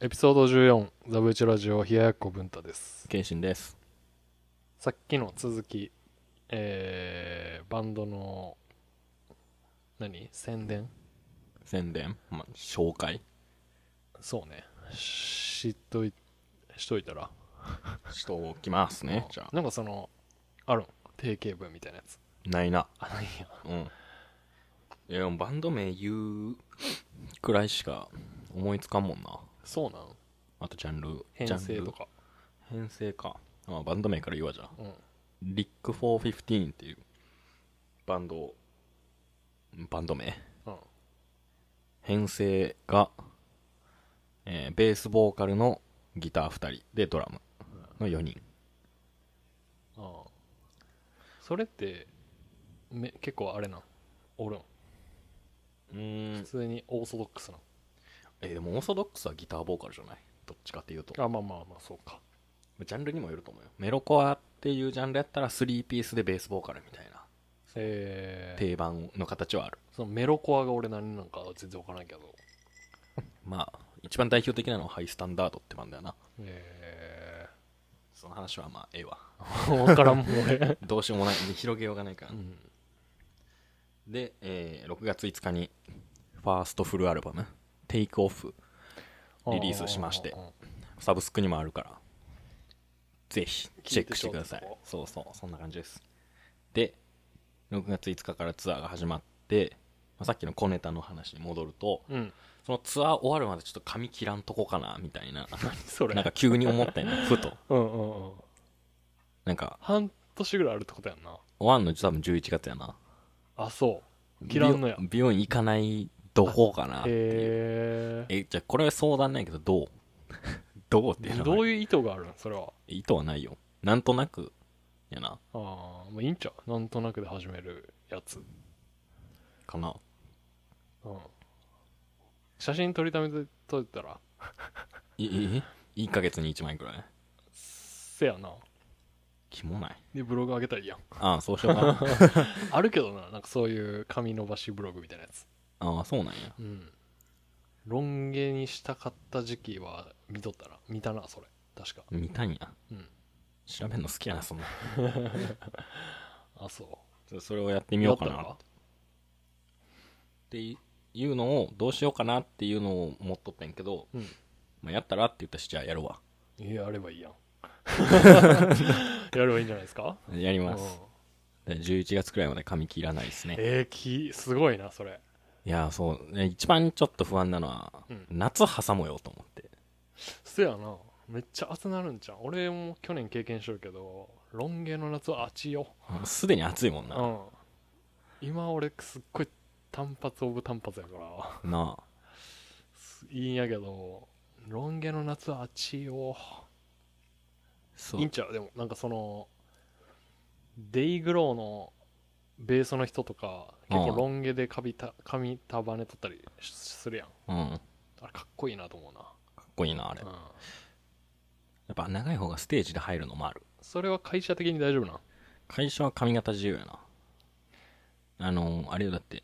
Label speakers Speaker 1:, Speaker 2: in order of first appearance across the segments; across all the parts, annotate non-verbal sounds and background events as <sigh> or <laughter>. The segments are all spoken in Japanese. Speaker 1: エピソード14ザブイチラジオ冷ややっこ文太です
Speaker 2: 謙信です
Speaker 1: さっきの続きえー、バンドの何宣伝
Speaker 2: 宣伝、まあ、紹介
Speaker 1: そうねしっといしといたら
Speaker 2: しておきますねじゃあ
Speaker 1: なんかそのあるん定型文みたいなやつ
Speaker 2: ないな
Speaker 1: あないや
Speaker 2: うんいやでもバンド名言うくらいしか思いつかんもんな
Speaker 1: そうなん
Speaker 2: あとジャンルジ
Speaker 1: 編
Speaker 2: ャンル
Speaker 1: 成とか
Speaker 2: 編成かあバンド名から言うわじゃあ
Speaker 1: うん
Speaker 2: リック415っていうバンドをバンド名
Speaker 1: うん
Speaker 2: 編成が、えーベースボーカルのギター2人でドラムの4人
Speaker 1: ああそれってめ結構あれなんおるん
Speaker 2: うん
Speaker 1: 普通にオーソドックスな、
Speaker 2: えーでもオーソドックスはギターボーカルじゃないどっちかっていうと
Speaker 1: あまあまあまあそうか
Speaker 2: ジャンルにもよると思うよメロコアっていうジャンルやったら3ピースでベースボーカルみたいな
Speaker 1: えー、
Speaker 2: 定番の形はある
Speaker 1: そのメロコアが俺何なんか全然わからんけど
Speaker 2: まあ一番代表的なのはハイスタンダードってバンドやな
Speaker 1: え
Speaker 2: その話はまあええわ
Speaker 1: ー、分からんもん俺、
Speaker 2: どうしようもない広げようがないから、
Speaker 1: うん、
Speaker 2: で、えー6月5日にファーストフルアルバム「テイクオフ」リリースしまして
Speaker 1: うんうんうん
Speaker 2: サブスクにもあるからぜひチェックしてくださ
Speaker 1: 聞いてちょう
Speaker 2: い
Speaker 1: どこ
Speaker 2: そうそうそんな感じですで6月5日からツアーが始まって、まあさっきの小ネタの話に戻ると
Speaker 1: うん、うん
Speaker 2: そのツアー終わるまでちょっと髪切らんとこかなみたいな
Speaker 1: それ
Speaker 2: なんか急に思ったよ
Speaker 1: <laughs>
Speaker 2: ねふと
Speaker 1: うんうんうん
Speaker 2: なんか
Speaker 1: 半年ぐらいあるってことやんな
Speaker 2: 終わんの多分11月やな
Speaker 1: あそう切らんのや
Speaker 2: 美容美容院行かないどこかなっていう
Speaker 1: へえ
Speaker 2: えじゃあこれ相談ないけどどう <laughs> どうっていうのは
Speaker 1: どういう意図があるんそれは
Speaker 2: 意図はないよなんとなくやな
Speaker 1: ああまあいいんちゃうなんとなくで始めるやつ
Speaker 2: かな
Speaker 1: うん写真撮りためて撮ったら
Speaker 2: いいい1ヶ月に1枚くらい
Speaker 1: せやな
Speaker 2: キモない
Speaker 1: でブログ上げたらいいやん
Speaker 2: ああそうしようかな <laughs>
Speaker 1: あるけどななんかそういう髪伸ばしブログみたいなやつ
Speaker 2: ああそうなんや
Speaker 1: うんロン毛にしたかった時期は見とったな見たなそれ確か
Speaker 2: 見たんや
Speaker 1: うん
Speaker 2: 調べるの好きやなそんな
Speaker 1: あそ
Speaker 2: ちょっとそれをやって
Speaker 1: う
Speaker 2: みようかな
Speaker 1: や
Speaker 2: っ
Speaker 1: った
Speaker 2: ていうのをどうしようかなっていうのを持っとったんやけど、
Speaker 1: うん
Speaker 2: まあ、やったらって言ったしじゃあやるわ
Speaker 1: のかいややればいいやん <laughs> やればいいんじゃないですか
Speaker 2: やり
Speaker 1: うん
Speaker 2: ます、で11月くらいまで髪切らないですね
Speaker 1: えー、きすごいなそれ
Speaker 2: いやーそうね一番ちょっと不安なのは、
Speaker 1: うん
Speaker 2: 夏挟もうよと思って
Speaker 1: せやなめっちゃ暑なるんじゃん俺も去年経験してるけどロン毛の夏は暑いよ
Speaker 2: もうすでに暑いもんな、
Speaker 1: うん今俺すっごい単発オブ単発やから
Speaker 2: なあ
Speaker 1: いいんやけどロン毛の夏は暑いよ
Speaker 2: そう
Speaker 1: いいんちゃうでもなんかそのデイグローのベースの人とか結構
Speaker 2: うん
Speaker 1: ロン毛で髪た髪束ねとったりしするやん
Speaker 2: うん、か
Speaker 1: あれかっこいいなと思うな、
Speaker 2: っこいいなあれ、
Speaker 1: う
Speaker 2: や
Speaker 1: ん、
Speaker 2: っぱ長い方がステージで入るのもある
Speaker 1: それは会社的に大丈夫なん
Speaker 2: 会社は髪型自由やなあのーあれよだって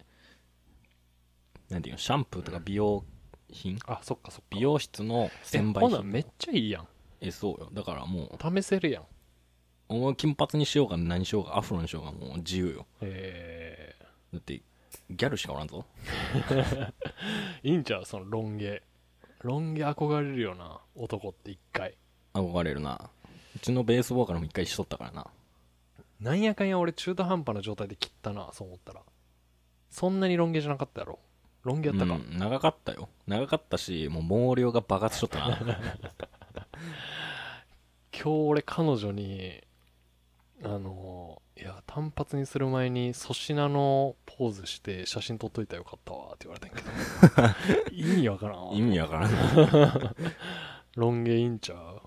Speaker 2: なんていうのシャンプーとか美容品、
Speaker 1: あそっかそっか
Speaker 2: 美容室の
Speaker 1: え
Speaker 2: 専
Speaker 1: ほ
Speaker 2: 売
Speaker 1: な
Speaker 2: 品
Speaker 1: めっちゃいいやん
Speaker 2: えそうよだからも
Speaker 1: 試せるやん
Speaker 2: うお前金髪にしようが何しようがアフロにしようがもう自由よ
Speaker 1: え
Speaker 2: だってギャルしかおらんぞ
Speaker 1: ー、いいんちゃうそのロン毛ロン毛憧れるよな男って一回
Speaker 2: 憧れるなうちのベースボーカルも一回しとったからな
Speaker 1: なんやかんや俺中途半端な状態で切ったなそう思ったらそんなにロン毛じゃなかったやろロン毛やったか、
Speaker 2: うん長かったよ長かったしもう毛量が爆発しとったな
Speaker 1: 今日俺彼女にあのいや単発にする前に粗品のポーズして写真撮っといたらよかったわって言われたんや
Speaker 2: <laughs>
Speaker 1: けど意味わからんわ
Speaker 2: 意味わからん
Speaker 1: ロン毛いいんちゃう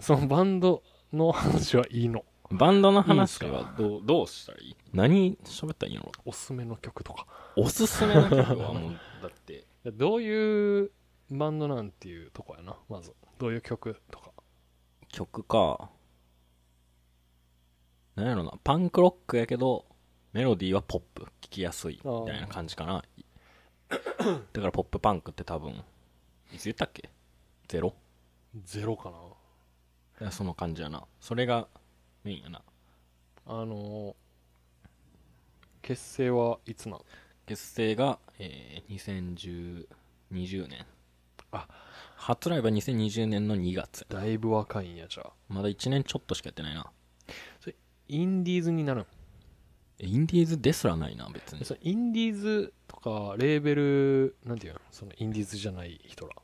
Speaker 1: そのバンドの話はいいの
Speaker 2: バンドの話
Speaker 1: いいんす
Speaker 2: はどうどうしたらいい何喋ったらいいんやろ
Speaker 1: おすすめの曲とか
Speaker 2: おすすめの曲はもうだって
Speaker 1: でどういうバンドなんていうとこやなまずどういう曲とか
Speaker 2: 曲かなんやろなパンクロックやけどメロディーはポップ聴きやすい
Speaker 1: あー
Speaker 2: みたいな <coughs> 感じかなだからポップパンクって多分いつ言ったっけゼロ
Speaker 1: ゼロかな
Speaker 2: だからその感じやなそれがメインやな
Speaker 1: あの結成はいつなん
Speaker 2: 結成が、えー、2020年
Speaker 1: あ
Speaker 2: 初ライブは2020年の2月
Speaker 1: だいぶ若いんやじゃあ
Speaker 2: まだ1年ちょっとしかやってないな
Speaker 1: インディーズになるん
Speaker 2: えインディーズですらないな別に
Speaker 1: そのインディーズとかレーベルなんていうのそのインディーズじゃない人ら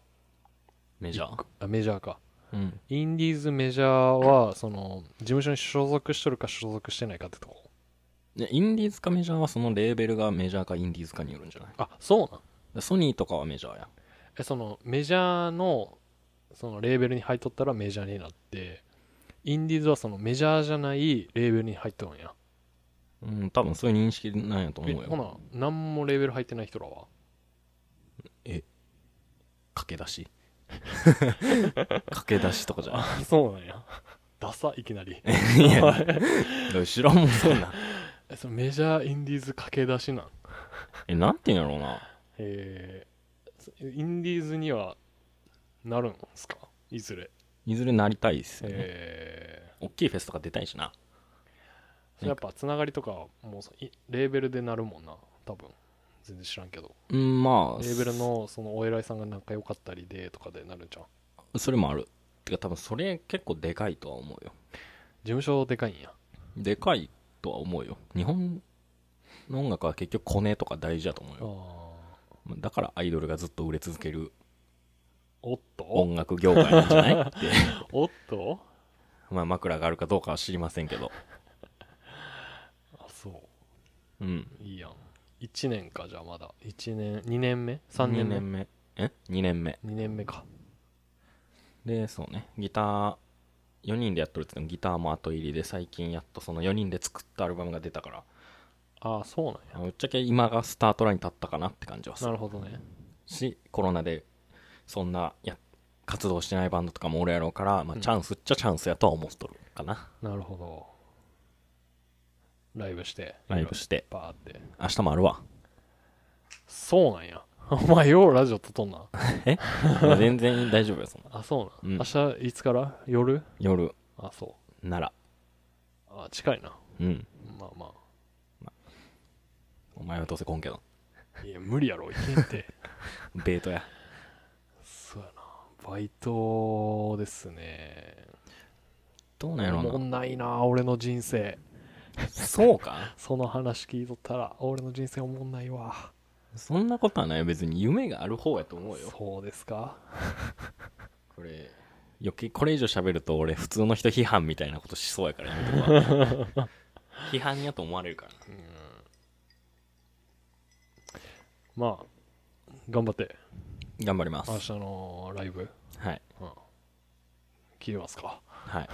Speaker 2: メジャー
Speaker 1: あメジャーか
Speaker 2: うん
Speaker 1: インディーズメジャーはその事務所に所属しとるか所属してないかってとこ
Speaker 2: でインディーズかメジャーはそのレーベルがメジャーかインディーズかによるんじゃない
Speaker 1: あそうなん
Speaker 2: でソニーとかはメジャーや
Speaker 1: えそのメジャーのそのレーベルに入っとったらメジャーになってインディーズはそのメジャーじゃないレーベルに入っとるんや
Speaker 2: うん多分そういう認識なんやと
Speaker 1: え
Speaker 2: 思う
Speaker 1: ほ
Speaker 2: よ
Speaker 1: な何もレーベル入ってない人らは
Speaker 2: 駆け出
Speaker 1: <laughs>
Speaker 2: し駆け出しとかじゃ
Speaker 1: あ <laughs> そうなんやダサいきなり
Speaker 2: んいや知らんもんそんな
Speaker 1: <laughs> えそのメジャーインディーズ駆け出しなん
Speaker 2: えなんて言うんやろうな
Speaker 1: えー、インディーズにはなるんすかいずれ。
Speaker 2: いずれなりたいですよね、
Speaker 1: え
Speaker 2: 大きいフェスとか出たいしな
Speaker 1: ー、やっぱつながりとかもうそいレーベルでなるもんな多分全然知らんけど
Speaker 2: うんまあ
Speaker 1: レーベルのそのお偉いさんが仲良かったりでとかでなるんじゃん事
Speaker 2: それもあるてか多分それ結構でかいとは思うよ
Speaker 1: 務所でかいんや
Speaker 2: でかいとは思うよ日本の音楽は結局コネとか大事だと思う
Speaker 1: あ
Speaker 2: よまあだからアイドルがずっと売れ続ける
Speaker 1: おっと
Speaker 2: 音楽業界なんじ
Speaker 1: <laughs>
Speaker 2: ゃないって
Speaker 1: おっと
Speaker 2: まあ枕があるかどうかは知りませんけど
Speaker 1: あそ
Speaker 2: うん
Speaker 1: ういいやん1年かじゃあまだ1年2年目3年目
Speaker 2: 二
Speaker 1: 2
Speaker 2: 目え2年目
Speaker 1: 年目か
Speaker 2: でそうねギター4人でやっとるって言ってもギターも後入りで最近やっとその4人で作ったアルバムが出たから
Speaker 1: ああそうなんや
Speaker 2: あぶっちゃけ今がスタートラインに立ったかなって感じはす
Speaker 1: な
Speaker 2: る
Speaker 1: るほどね
Speaker 2: しコロナでそんなや活動してないバンドとかもおるやろうから、まあ、
Speaker 1: うん
Speaker 2: チャンスっちゃチャンスやとは思っとるかな、
Speaker 1: なるほどライブして
Speaker 2: ライブして
Speaker 1: バーって
Speaker 2: 明日もあ
Speaker 1: <laughs>
Speaker 2: るわ
Speaker 1: そうなんや <laughs> お前ようラジオ撮っとんな
Speaker 2: まあ全然大丈夫よそんな
Speaker 1: あそうなん、
Speaker 2: うん
Speaker 1: 明日いつから夜
Speaker 2: 夜
Speaker 1: あそ
Speaker 2: なら
Speaker 1: うあ近いな
Speaker 2: うん
Speaker 1: まあま
Speaker 2: お前はどうせ来んけど
Speaker 1: あいや無理やろいけんって <laughs>
Speaker 2: ベートや
Speaker 1: そうやなバイトですね
Speaker 2: どうなんやろ
Speaker 1: おも
Speaker 2: うん
Speaker 1: ないな俺の人生
Speaker 2: <laughs> なそうか
Speaker 1: その話聞いとったら俺の人生おもんないわ
Speaker 2: そんなことはない別に夢がある方やと思うよ
Speaker 1: そうですか
Speaker 2: これ余計これ以上喋ると俺普通の人批判みたいなことしそうやからやめとくわ <laughs> 批判やと思われるから
Speaker 1: まあ頑張って
Speaker 2: 頑張ります
Speaker 1: 明日のライブ、
Speaker 2: はい
Speaker 1: うん、切りますか
Speaker 2: はい